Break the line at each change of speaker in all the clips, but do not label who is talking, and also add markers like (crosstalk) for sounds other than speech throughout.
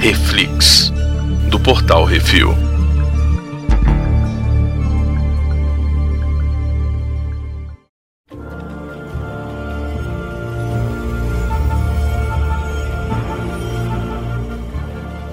Reflix, do portal Refil.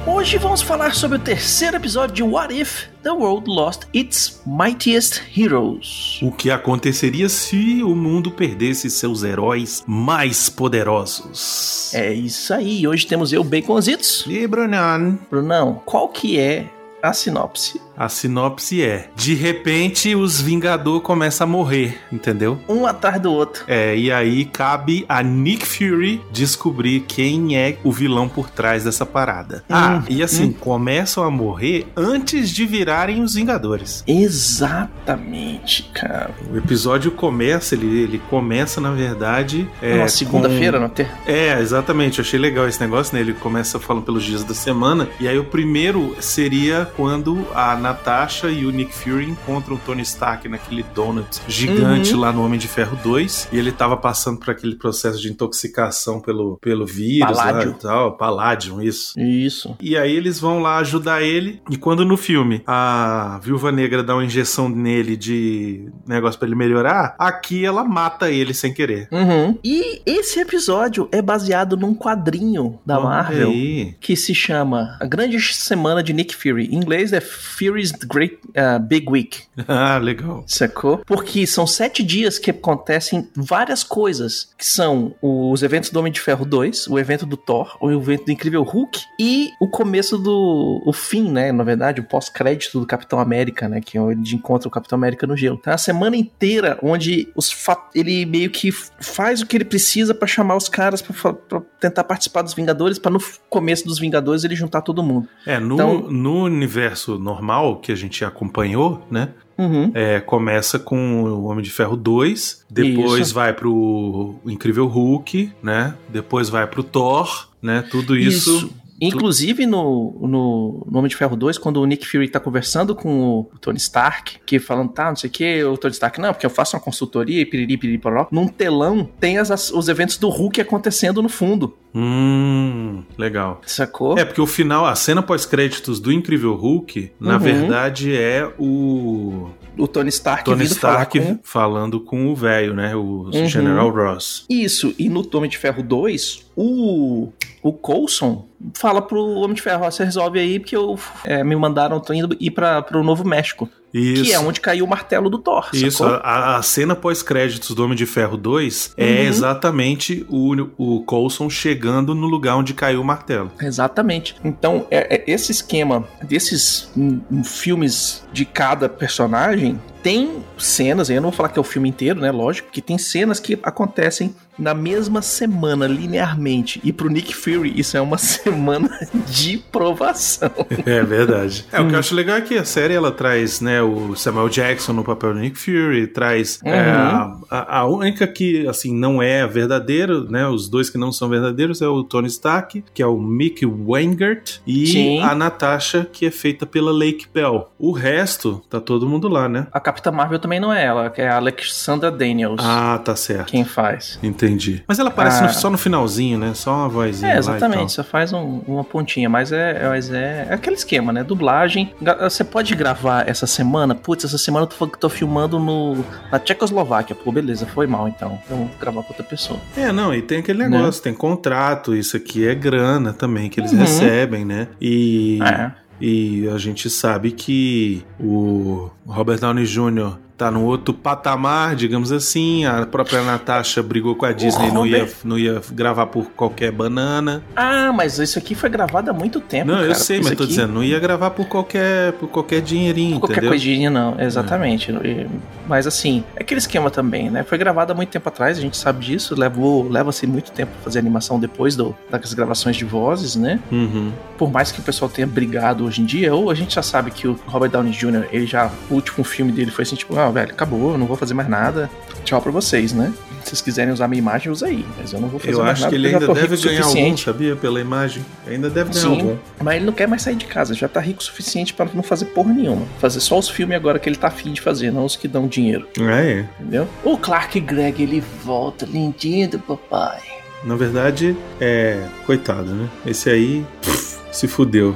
Hoje vamos falar sobre o terceiro episódio de What If the World Lost Its Mightiest Heroes.
O que aconteceria se o mundo perdesse seus heróis mais poderosos?
É isso aí, hoje temos eu, Baconzitos.
E Brunan,
Brunão, qual que é a sinopse?
a sinopse é: de repente os Vingador começam a morrer, entendeu?
Um atrás do outro.
É, e aí cabe a Nick Fury descobrir quem é o vilão por trás dessa parada.
Hum,
ah, e assim, começam a morrer antes de virarem os Vingadores.
Exatamente, cara.
O episódio começa, ele, ele começa, na verdade. É,
Uma segunda-feira,
com-
não tem?
É, exatamente. Eu achei legal esse negócio, né? Ele começa falando pelos dias da semana. E aí o primeiro seria quando a Natasha e o Nick Fury encontram o Tony Stark naquele donut gigante
Uhum.
lá no Homem de Ferro 2. E ele tava passando por aquele processo de intoxicação pelo, pelo vírus lá
Paládio.
e tal. Paládio, isso.
Isso.
E aí eles vão lá ajudar ele. E quando no filme a Viúva Negra dá uma injeção nele de negócio pra ele melhorar, aqui ela mata ele sem querer.
Uhum. E esse episódio é baseado num quadrinho da
Olha
Marvel.
aí. (laughs)
que se chama A Grande Semana de Nick Fury. Em inglês é Fury's Great ah, Big Week,
Ah, legal.
sacou? Porque são sete dias que acontecem várias coisas, que são os eventos do Homem de Ferro 2, o evento do Thor, o evento do Incrível Hulk e o começo do... o fim, né? Na verdade, o pós-crédito do Capitão América, né? Que é onde encontra o Capitão América no gelo. Então, é a semana inteira onde os fa- ele meio que faz o que ele precisa pra chamar os caras pra fa- pra tentar participar dos Vingadores, pra no começo dos Vingadores ele juntar todo mundo.
É, no,
Então-
no universo normal que a gente acompanhou, né?
Uhum.
é, começa com o Homem de Ferro 2, depois
Isso.
vai pro Incrível Hulk, né? Depois vai pro Thor, né? Tudo isso.
Inclusive no, no, no Homem de Ferro 2, quando o Nick Fury tá conversando com o Tony Stark, que falando, tá, não sei o que, o Tony Stark, não, porque eu faço uma consultoria e piriri, piriri, poró. Num telão tem as- as- os eventos do Hulk acontecendo no fundo,
Hum, legal.
sacou?
É, porque o final, a cena pós-créditos do Incrível Hulk, na
Uhum.
verdade é o
O Tony Stark
Tony
vindo falar
Stark
com-
falando com o velho, né? O
Uhum.
General Ross.
Isso, e no Homem de Ferro 2, o, o Coulson fala pro Homem de Ferro, ó, você resolve aí, porque eu, é, me mandaram tô indo ir pra, pro Novo México,
Isso.
que é onde caiu o martelo do Thor,
Isso,
Ah, sacou?
a, a cena pós-créditos do Homem de Ferro 2 é
Uhum.
exatamente o, o Coulson chegando no lugar onde caiu
(laughs)
o martelo.
Exatamente. Então, é, é- esse esquema desses hum, hum, filmes de cada personagem tem cenas, eu não vou falar que é o filme inteiro, né? Lógico, que tem cenas que acontecem na mesma semana, linearmente. E pro Nick Fury, isso é uma (laughs) semana de provação.
É verdade. É, o que eu acho legal é que a série ela traz, né, o Samuel Jackson no papel do Nick Fury, traz
Uhum.
é, a, a- a única que, assim, não é verdadeiro, né, os dois que não são verdadeiros é o Tony Stark, que é o Mick Weingart, e
Sim.
a Natasha, que é feita pela Lake Bell. O resto, tá todo mundo lá, né?
A Capitã Marvel também não é ela, que é a Alexandra Daniels.
Ah, tá certo.
Quem faz.
Entendi. Mas ela aparece no-
Ah.
só no finalzinho, né? Só uma vozinha.
É,
Lá
exatamente,
e
só faz um- uma pontinha, mas é, é- mas é, é aquele esquema, né? Dublagem. Ga- Você pode gravar essa semana? Putz, essa semana eu tô, tô filmando no, na Tchecoslováquia. Pô, beleza, foi mal então. Então vou gravar com outra pessoa.
tal. É, não, e tem aquele
Né?
negócio, tem contrato, isso aqui é grana também que eles
Uhum.
recebem, né? E,
É.
e a gente sabe que o Robert Downey Jr. tá num outro patamar, digamos assim. A própria Natasha brigou com a Disney, não ia,
Robert-
não ia gravar por qualquer banana.
Ah, mas isso aqui foi gravado há É muito tempo.
não, eu
cara.
sei,
Isso
mas tô
aqui- é
dizendo, não ia gravar por qualquer, por qualquer dinheirinho,
Qualquer
entendeu? É.
coisinha não, exatamente. E- Mas assim, é aquele esquema também, né? Foi gravado há muito tempo atrás, a gente sabe disso. Levou, leva-se muito tempo pra fazer animação depois do, das gravações de vozes, né?
Uhum.
por mais que o pessoal tenha brigado hoje em dia, ou a gente já sabe que o Robert Downey Jr., ele já, o último filme dele foi assim, tipo, ah, velho, acabou, eu não vou fazer mais nada, tchau pra vocês, né? Se vocês quiserem usar minha imagem, usa aí, mas eu não vou fazer
Eu
mais
acho
nada,
que ele
porque eu já
ainda
tô rico
deve
o
ganhar algum,
suficiente.
sabia? Pela imagem. Ainda deve ganhar
Sim.
algum.
Mas ele não quer mais sair de casa, já tá rico o suficiente pra não fazer porra nenhuma. Fazer só os filmes agora que ele tá afim de fazer, não os que dão dinheiro,
É.
entendeu? O Clark Gregg, ele volta, lindinho do papai.
Na verdade, é. Coitado, né? Esse aí. pff, se fudeu.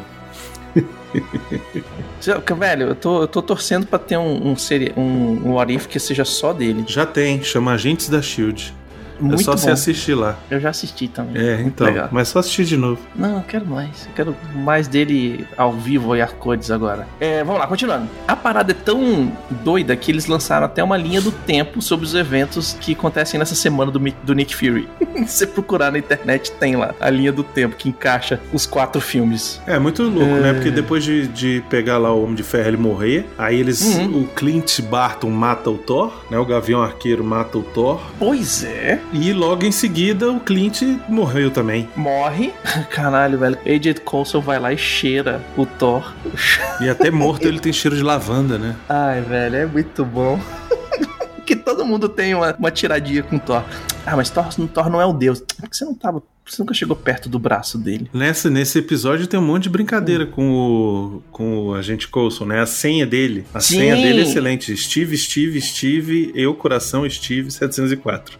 Velho, eu tô, eu tô torcendo pra ter um, um, seri- um, um What If que seja só dele.
Já tem, chama Agentes da Shield.
Muito
é só
bom.
você assistir lá.
Eu já assisti também.
É,
Muito
então.
legal.
Mas só assistir de novo.
Não, eu quero mais. Eu quero mais dele ao vivo e arcodes agora. É, vamos lá, continuando. A parada é tão doida que eles lançaram até uma linha do tempo sobre os eventos que acontecem nessa semana do, Mi- do Nick Fury. (laughs) Se você procurar na internet, tem lá a linha do tempo que encaixa os quatro filmes.
É muito louco, né? Porque depois de, de pegar lá o Homem de Ferro ele morrer, aí eles.
Uhum.
O Clint Barton mata o Thor, né? O Gavião Arqueiro mata o Thor.
Pois é.
E logo em seguida o Clint morreu também.
Morre. (laughs) Caralho, velho. AJ Coulson vai lá e cheira o Thor.
E
(laughs)
até morto ele tem cheiro de lavanda, né?
Ai, velho, é muito bom. (laughs) que todo mundo tem uma, uma tiradinha com o Thor. Ah, mas Thor, Thor não é o deus. Por que você não tava. Você nunca chegou perto do braço dele.
Nessa, nesse episódio tem um monte de brincadeira com o, com o agente Coulson, né? A senha dele. A
Sim.
senha dele é excelente. Steve, Steve, Steve, eu, coração, Steve, 704.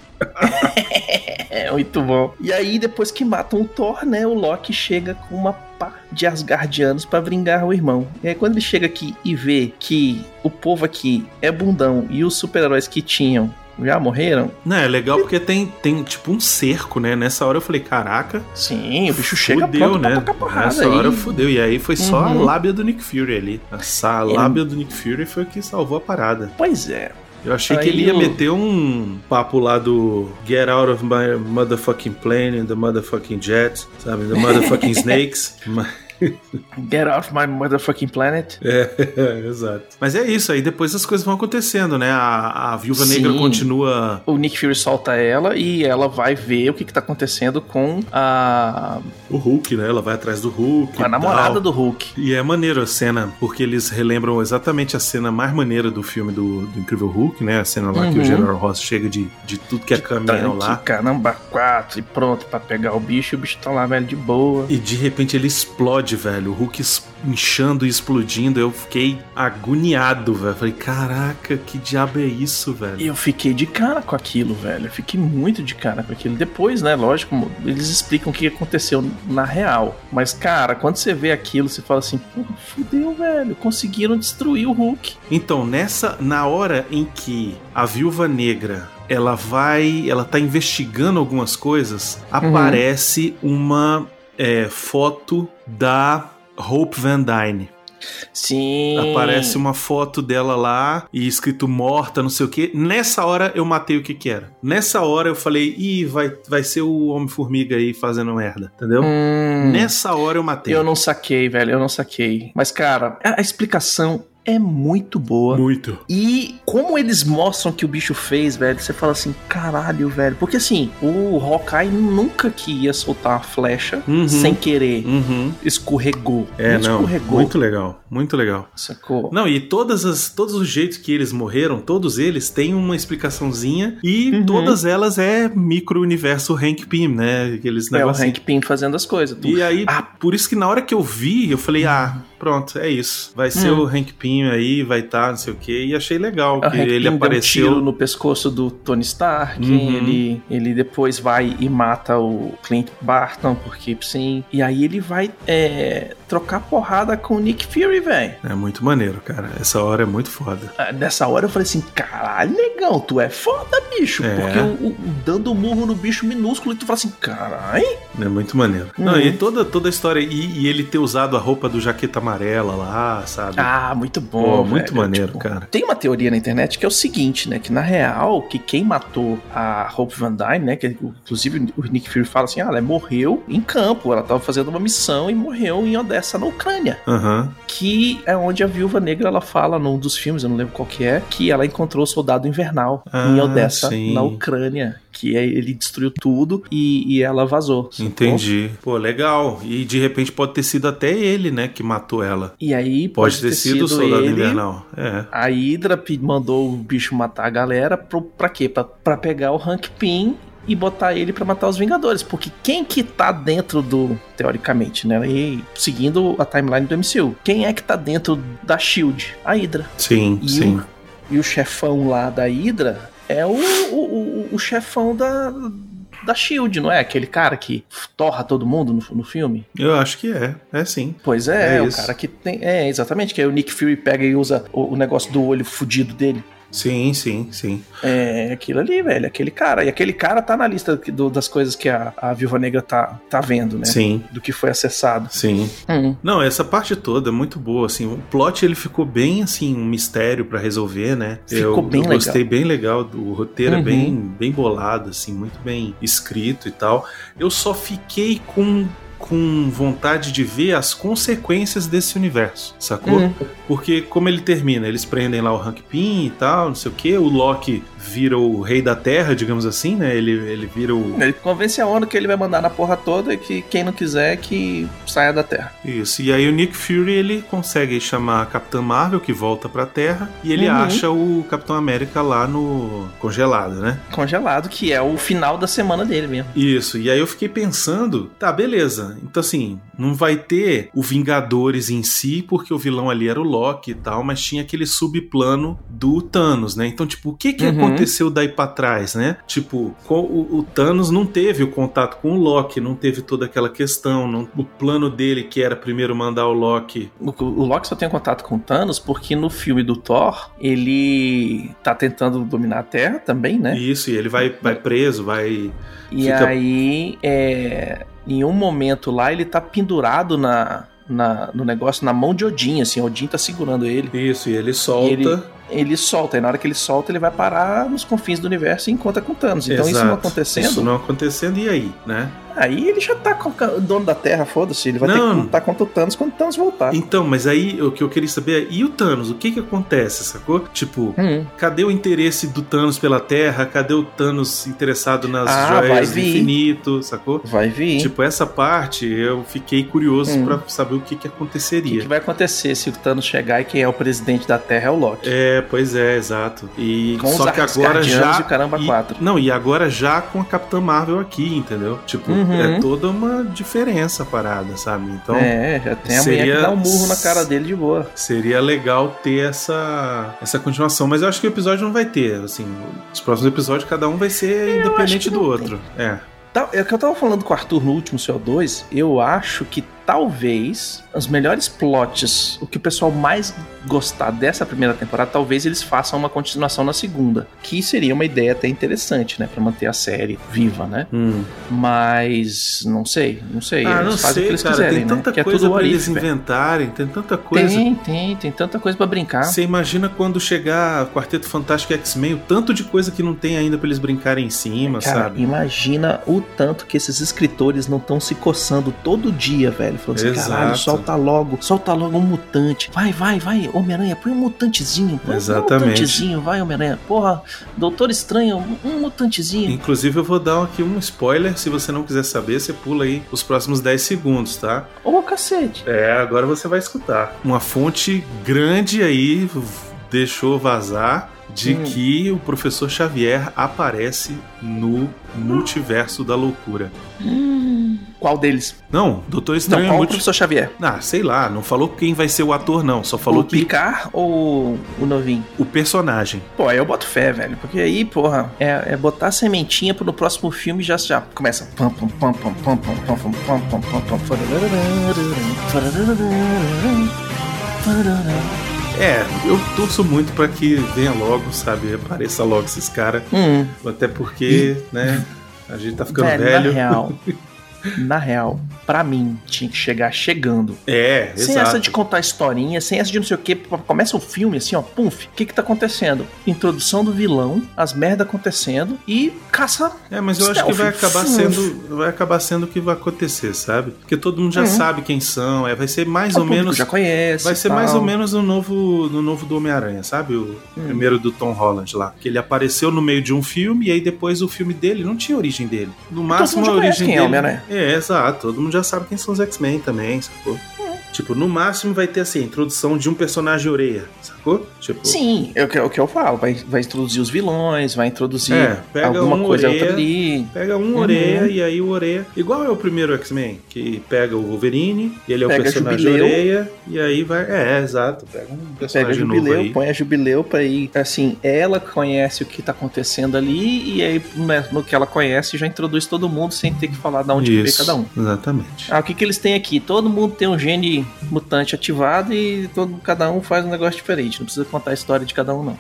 É muito bom. E aí, depois que matam o Thor, né? O Loki chega com uma pá de Asgardianos pra vingar o irmão. E aí, quando ele chega aqui e vê que o povo aqui é bundão e os super-heróis que tinham já morreram.
Não, é legal porque tem, tem tipo um cerco, né? Nessa hora eu falei, caraca,
Sim, o bicho chega
fudeu,
pronto
né?
pra tocar porrada.
Nessa
aí.
hora fudeu. E aí foi só
Uhum.
a lábia do Nick Fury ali. Essa a
Ele-
lábia do Nick Fury foi o que salvou a parada.
Pois é.
Eu achei
Aí
que ele ia
o-
meter um papo lá do Get out of my motherfucking plane, the motherfucking jet, sabe? The
(laughs)
motherfucking snakes. (laughs) Mas-
Get off my motherfucking planet.
É, exato. Mas é isso, aí depois as coisas vão acontecendo, né? A, a viúva
Sim.
negra continua.
o Nick Fury solta ela e ela vai ver o que, que tá acontecendo com a,
O Hulk, né? Ela vai atrás do Hulk.
com a namorada do Hulk.
E é maneiro a cena, porque eles relembram exatamente a cena mais maneira do filme do, do Incrível Hulk, né? A cena lá que
Uhum.
o General Ross chega de, de tudo que é caminhão
Tanque,
lá.
caramba, quatro e pronto pra pegar o bicho. E o bicho tá lá, velho, de boa.
E de repente ele explode, velho. O Hulk es- inchando e explodindo. Eu fiquei agoniado, velho. Falei, caraca, que diabo é isso, velho?
E eu fiquei de cara com aquilo, velho. Eu fiquei muito de cara com aquilo. Depois, né, lógico, eles explicam o que aconteceu na real. Mas, cara, quando você vê aquilo, você fala assim: "Pô, fudeu, velho. Conseguiram destruir o Hulk.
Então, nessa na hora em que a viúva negra ela vai, ela tá investigando algumas coisas, aparece uma é, foto da Hope Van Dyne.
Sim.
Aparece uma foto dela lá e escrito morta, não sei o que. Nessa hora eu matei o que que era. Nessa hora eu falei, ih, vai, vai ser o Homem-Formiga aí fazendo merda, entendeu?
Hum.
Nessa hora eu matei.
Eu não saquei, velho, eu não saquei. Mas, cara, a a explicação é muito boa.
Muito.
E como eles mostram que o bicho fez, velho, você fala assim, caralho, velho. Porque assim, o Hawkeye nunca que ia soltar uma flecha
Uhum.
sem querer.
Uhum.
Escorregou.
É,
Ele
não.
Escorregou.
Muito legal, muito legal.
Sacou?
Não, e todas as, todos os jeitos que eles morreram, todos eles têm uma explicaçãozinha e
Uhum.
todas elas é micro-universo Hank Pym, né? Aqueles
é o
negócios.
Hank Pym fazendo as coisas. tudo.
E aí,
Ah.
por isso que na hora que eu vi, eu falei, ah, pronto, é isso. Vai ser
Hum.
o Hank Pym aí, vai estar, não sei o quê. E achei legal
O
que
Hank Pym
ele
deu
apareceu.
um tiro no pescoço do Tony Stark.
Uhum.
Ele, ele depois vai e mata o Clint Barton, porque sim. E aí ele vai é, trocar porrada com o Nick Fury, velho.
É muito maneiro, cara. Essa hora é muito foda.
Ah, Nessa hora eu falei assim: caralho, negão, tu é foda, bicho.
É.
Porque o, o- dando um murro no bicho minúsculo e tu fala assim: caralho.
É muito maneiro.
Uhum.
Não, e toda, toda a história. E, e ele ter usado a roupa do jaqueta amarela lá, sabe?
Ah, muito bom.
Pô,
velho.
muito maneiro,
Tipo,
cara.
Tem uma teoria na internet que é o seguinte, né? Que na real, que quem matou a Hope Van Dyne, né? Que inclusive o Nick Fury fala assim: ah, ela morreu em campo, ela tava fazendo uma missão e morreu em Odessa, na Ucrânia.
Aham.
Que é onde a viúva negra ela fala num dos filmes, eu não lembro qual que é, que ela encontrou o soldado invernal em
Ah,
Odessa,
sim.
na Ucrânia. Que é- ele destruiu tudo e, e ela vazou. sacou?
Entendi. Pô, legal. E de repente pode ter sido até ele, né, que matou ela.
E aí
Pode, ter, sido o soldado
ele,
invernal. É.
A Hydra pe- mandou o bicho matar a galera pro, pra quê? Pra, pra pegar o Hank Pym e botar ele pra matar os Vingadores. Porque quem que tá dentro do. Teoricamente, né? E seguindo a timeline do MCU. Quem é que tá dentro da Shield? A Hydra.
Sim,
E
sim.
o- E o chefão lá da Hydra é o, o, o- o chefão da. da Shield, não é? Aquele cara que torra todo mundo no, no filme.
Eu acho que é. É sim.
Pois é,
É
é o
isso.
cara que tem. É, exatamente, que aí o Nick Fury pega e usa o, o negócio do olho fudido dele.
Sim, sim, sim.
É aquilo ali, velho, aquele cara. E aquele cara tá na lista que- do- das coisas que a, a Viúva Negra tá, tá vendo, né?
Sim,
Do que foi acessado.
sim.
Hum.
Não, essa parte toda é muito boa, assim. O plot ele ficou bem assim um mistério pra resolver, né?
Ficou
eu,
bem
eu
legal.
gostei bem legal do roteiro, é
Uhum.
bem bem bolado assim, muito bem escrito e tal. Eu só fiquei com com vontade de ver as consequências desse universo, sacou?
Uhum.
Porque como ele termina, eles prendem lá o Hank Pym e tal, não sei o que, o Loki vira o rei da terra, digamos assim, né? Ele, ele vira o,
Ele convence a ONU que ele vai mandar na porra toda e que quem não quiser é que saia da Terra.
Isso, e aí o Nick Fury ele consegue chamar a Capitã Marvel, que volta pra Terra, e ele
Uhum.
acha o Capitão América lá no. congelado, né?
Congelado, que é o final da semana dele mesmo.
Isso, e aí eu fiquei pensando, tá, beleza. Então assim, não vai ter o Vingadores em si, porque o vilão ali era o Loki e tal, mas tinha aquele subplano do Thanos, né? Então, tipo, o que que
Uhum.
aconteceu daí pra trás, né? Tipo, co- o, o Thanos não teve o contato com o Loki, não teve toda aquela questão, não- o plano dele que era primeiro mandar o Loki
O, o Loki só tem contato com o Thanos porque no filme do Thor ele tá tentando dominar a Terra também, né?
Isso, e ele vai, vai preso, vai.
E
Fica-
aí, é, em um momento lá, ele tá pendurado na, na- no negócio, na mão de Odin, assim, Odin tá segurando ele.
Isso, e ele solta.
E ele- Ele solta, e na hora que ele solta, ele vai parar nos confins do universo e encontra com Thanos. Então isso não
Exato.
acontecendo,
Isso não acontecendo, e aí, né?
aí ele já tá com o dono da Terra, foda-se, ele vai ter
Não.
que lutar contra o Thanos quando o Thanos voltar.
Então, mas aí o que eu queria saber é, e o Thanos? O que que acontece, sacou? Tipo,
Hum.
cadê o interesse do Thanos pela Terra? Cadê o Thanos interessado nas
Ah, vai
joias do
vir.
infinito, sacou?
Vai vir.
Tipo, essa parte eu fiquei curioso
Hum.
pra saber o que que
o que,
aconteceria.
que vai acontecer se o Thanos chegar e quem é o presidente da Terra é o Loki?
É, pois é, exato. E
Com
só
os
que agora
Asgardianos
já
e o caramba
e-
quatro.
Não, e agora já com a Capitã Marvel aqui, entendeu? Tipo,
Uhum.
é toda uma diferença a parada, sabe? Então,
é, já tem a mulher que
seria-
dá um murro na cara dele de boa.
seria legal ter essa, essa continuação. Mas eu acho que o episódio não vai ter, assim. Os próximos episódios, cada um vai ser
acho que
independente do
não
outro. É.
Tá- É o que eu tava falando com o Arthur no último CO2. Eu acho que talvez os melhores plots, o que o pessoal mais gostar dessa primeira temporada, talvez eles façam uma continuação na segunda. Que seria uma ideia até interessante, né? Pra manter a série viva, né? Mas não sei, não sei.
Ah, não
eles fazem o que
sei,
eles
cara.
quiserem,
tem
né?
tanta
que é
coisa
tudo
pra
what
eles
if, velho.
inventarem, tem tanta coisa.
Tem, tem, tem tanta coisa pra brincar.
Você imagina quando chegar Quarteto Fantástico e X-Men, o tanto de coisa que não tem ainda pra eles brincarem em cima,
Cara,
sabe?
imagina o tanto que esses escritores não estão se coçando todo dia, velho. Falando assim,
Exato.
caralho, solta logo, solta logo um mutante. Vai, vai, vai, Homem-Aranha, põe um mutantezinho. Põe Um
Exatamente.
mutantezinho, vai, Homem-Aranha. Porra, Doutor Estranho, um- um mutantezinho.
Inclusive, eu vou dar aqui um spoiler. Se você não quiser saber, você pula aí os próximos 10 segundos, tá?
Ô, cacete.
É, agora você vai escutar. Uma fonte grande aí v- deixou vazar de
Hum.
que o professor Xavier aparece no multiverso da loucura.
Qual deles?
Não, Doutor
Não,
Estranho é
qual o
multi...
professor Xavier?
Ah, sei lá, não falou quem vai ser o ator, não. Só falou
o
que
Picard ou o novinho?
o personagem.
Pô, aí eu boto fé, velho. Porque aí, porra, é, é botar a sementinha pro no próximo filme já já começa. Pam, pam, pam, pam, pam, pam, pam, pam, pam, pam, pam, pam, farararararam, farararararam, farararararam.
É, eu torço muito pra que venha logo, sabe? Apareça logo esses caras.
Hum,
Até porque, né? A gente tá ficando
velho, Na (laughs)
velho.
real, na real, pra mim, tinha que chegar chegando.
É,
Sem
exato.
essa de contar historinha, sem essa de não sei o que, começa o filme assim, ó, pumf, o que que tá acontecendo? Introdução do vilão, as merda acontecendo e caça
É, mas eu acho que vai
Stealth.
acabar sendo, vai acabar sendo o que vai acontecer, sabe? Porque todo mundo já
Uhum.
sabe quem são, é, vai ser mais
o
ou
público
menos
já conhece.
vai
e
ser mais
tal.
ou menos no novo no novo do Homem-Aranha, sabe? O
Hum.
primeiro do Tom Holland lá, que ele apareceu no meio de um filme e aí depois o filme dele não tinha origem dele. No máximo
mundo já
a
Então, conhece
origem
quem é o
dele.
Homem-Aranha.
é, exato, todo mundo já sabe quem são os X-Men também, sacou? Tipo, no máximo vai ter assim, a introdução de um personagem orelha, sacou? Tipo,
Sim, é o que, é o que eu falo. Vai, vai introduzir os vilões, vai introduzir
É, pega
alguma
um
coisa
orelha.
outra ali.
Pega um
Uhum.
orelha e aí o orelha. Igual é o primeiro X-Men, que pega o Wolverine, ele é o
Pega
personagem
Jubileu.
orelha, e aí vai. É, é, exato. Pega um
Pega a
personagem novo
Jubileu,
aí.
põe a Jubileu pra ir. Assim, ela conhece o que tá acontecendo ali, e aí, mesmo que ela conhece, já introduz todo mundo sem ter que falar de onde que veio
Isso,
cada um.
Exatamente.
Ah, o que, que eles têm aqui? Todo mundo tem um gene mutante ativado e todo, cada um faz um negócio diferente. Não precisa contar a história de cada um, não.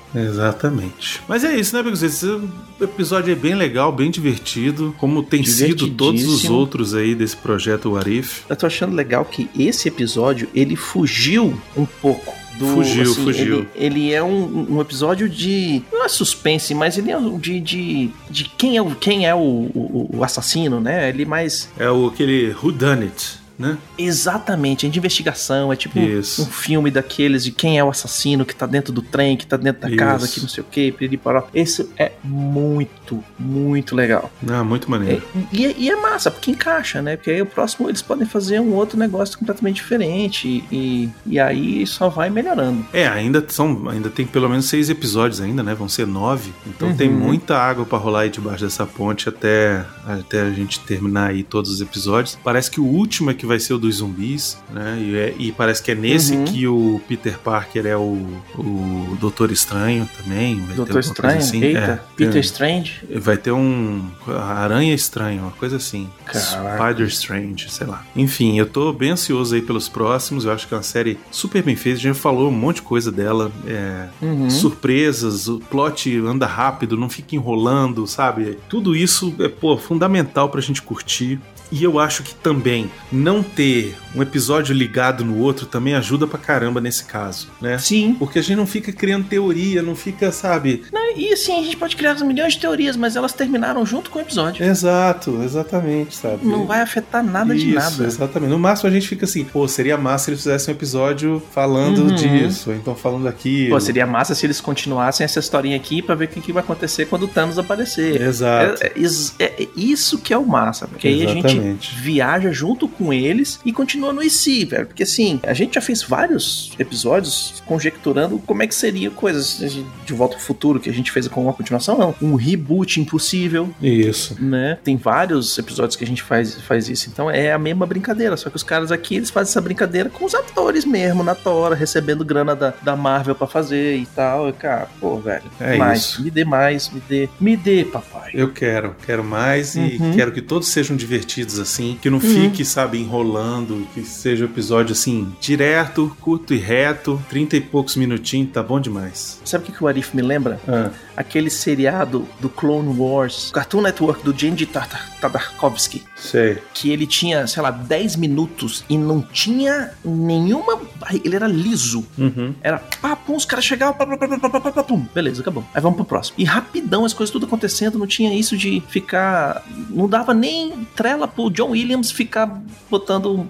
Exatamente. Mas é isso, né, amigos? Esse episódio é bem legal, bem divertido, como tem sido todos os
Divertidíssimo.
outros aí desse projeto Warif.
Eu tô achando legal que esse episódio ele fugiu um pouco. Do,
Fugiu, fugiu.
Ele, ele é um, um episódio de. Não é suspense, mas ele é um de. de, de quem é, o, quem é o, o- o assassino, né? Ele mais.
É o aquele Who Done It, né?
Exatamente, é de investigação. É tipo um-
Isso.
um filme daqueles de quem é o assassino que tá dentro do trem, que tá dentro da casa,
Isso.
que não sei o que, piriparó. Esse é muito, muito legal.
Ah, muito
É,
maneiro.
e, é- e é massa, porque encaixa, né? Porque aí o próximo eles podem fazer um outro negócio completamente diferente. E, e aí só vai melhorando.
É, ainda são, ainda tem pelo menos seis episódios ainda, né? Vão ser nove. Então
Uhum.
tem muita água pra rolar aí debaixo dessa ponte até, até a gente terminar aí todos os episódios. Parece que o último é que vai ser o dos zumbis, né? E, é- e parece que é nesse
Uhum.
que o Peter Parker é o, o Doutor Estranho também. Vai
Doutor
alguma coisa
Estranho, eita,
É,
Peter
tem-
Strange.
Vai ter um Aranha Estranho, uma coisa assim.
Caraca.
Spider Strange, sei lá. Enfim, eu tô bem ansioso aí pelos próximos. Eu acho que é uma série super bem feita. A gente falou um monte de coisa dela. é,
Uhum.
Surpresas, o plot anda rápido, não fica enrolando, sabe? Tudo isso é, pô, fundamental pra gente curtir. E eu acho que também não ter um episódio ligado no outro também ajuda pra caramba nesse caso, né?
Sim.
Porque a gente não fica criando teoria, não fica, sabe?
Não, e assim, a gente pode criar milhões de teorias, mas elas terminaram junto com o episódio.
Exato, exatamente, sabe?
Não vai afetar nada de
Isso,
nada.
Exatamente. No máximo a gente fica assim, pô, seria massa se eles fizessem um episódio falando
Uhum.
disso, ou então falando daquilo.
Pô, seria massa se eles continuassem essa historinha aqui pra ver o que, que vai acontecer quando o Thanos aparecer.
Exato.
É, é is- é- é isso que é o massa, porque aí a gente
Exatamente.
viaja junto com eles e continua no IC, velho. Porque assim, a gente já fez vários episódios conjecturando como é que seria coisas de volta pro futuro que a gente fez com uma continuação, não. Um reboot impossível,
Isso.
né? Tem vários episódios que a gente faz, faz isso. Então é a mesma brincadeira, só que os caras aqui eles fazem essa brincadeira com os atores mesmo, na tora, recebendo grana da, da Marvel pra fazer e tal. E, cara, pô, velho,
É
mais,
isso.
me dê mais, me dê, me dê, papai.
Eu quero, quero mais e
Uhum.
quero que todos sejam divertidos assim, que não fique, sabe, enrolando, que seja um episódio assim, direto, curto e reto, trinta e poucos minutinhos, tá bom demais.
Sabe o que, que o Arif me lembra?
Ah,
Aquele seriado do Clone Wars, Cartoon Network do Genji Tartar- Tartakovsky,
sei.
que ele tinha, sei lá, 10 minutos e não tinha nenhuma. Ele era liso.
Uhum.
Era pá, pum, os caras chegavam, pá, pá, pá, pá, pá, pá, pá, pum. Beleza, acabou. Aí vamos pro próximo. E rapidão, as coisas tudo acontecendo, não tinha isso de ficar. Não dava nem trela pro John Williams ficar botando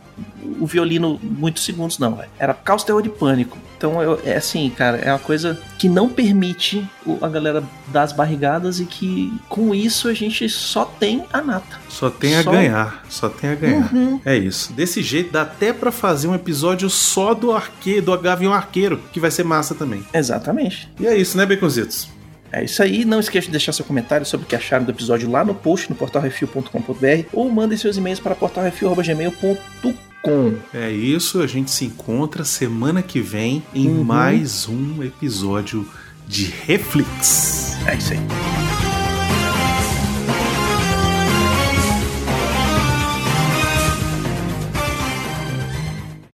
o violino muitos segundos, não, velho. Era caos, terror e pânico. Então, eu- é assim, cara, é uma coisa que não permite o- a galera dar as barrigadas e que com isso a gente só tem a nata.
Só tem a
Só-
ganhar, só tem a ganhar.
Uhum.
É isso. Desse jeito dá até pra fazer um episódio só do arqueiro, do Gavião Arqueiro, que vai ser massa também.
Exatamente.
E é isso, né, Beconzitos?
É isso aí, não esqueça de deixar seu comentário sobre o que acharam do episódio lá no post no portalrefil.com.br ou mandem seus e-mails para portalrefil.gmail.com.
É isso, a gente se encontra semana que vem em
Uhum.
mais um episódio de Reflex.
É isso aí.